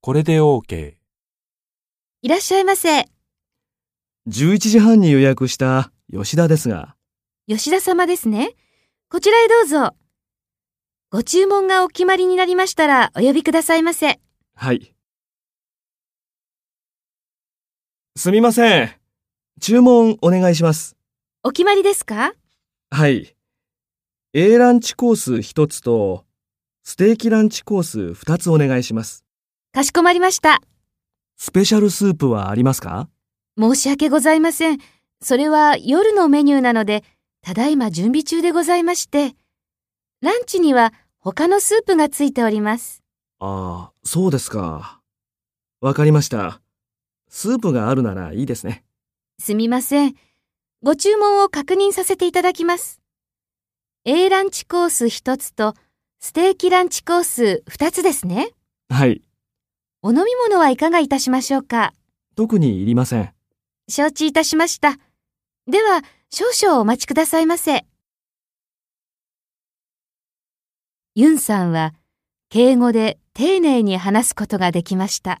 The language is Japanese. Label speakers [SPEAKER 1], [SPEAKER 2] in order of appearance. [SPEAKER 1] これで OK。
[SPEAKER 2] いらっしゃいませ。
[SPEAKER 3] 11時半に予約した吉田ですが、
[SPEAKER 2] 吉田様ですね。こちらへどうぞ。ご注文がお決まりになりましたらお呼びくださいませ。
[SPEAKER 3] はい。すみません。注文お願いします。
[SPEAKER 2] お決まりですか
[SPEAKER 3] はい。A ランチコース1つと、ステーキランチコース2つお願いします。
[SPEAKER 2] かしこまりました。
[SPEAKER 3] スペシャルスープはありますか
[SPEAKER 2] 申し訳ございません。それは夜のメニューなので、ただいま準備中でございまして、ランチには他のスープがついております。
[SPEAKER 3] ああ、そうですか。わかりました。スープがあるならいいですね。
[SPEAKER 2] すみません。ご注文を確認させていただきます。A ランチコース1つと、ステーキランチコース2つですね。
[SPEAKER 3] はい。
[SPEAKER 2] お飲み物はいかがいたしましょうか
[SPEAKER 3] 特にいりません。
[SPEAKER 2] 承知いたしました。では、少々お待ちくださいませ。ユンさんは、敬語で丁寧に話すことができました。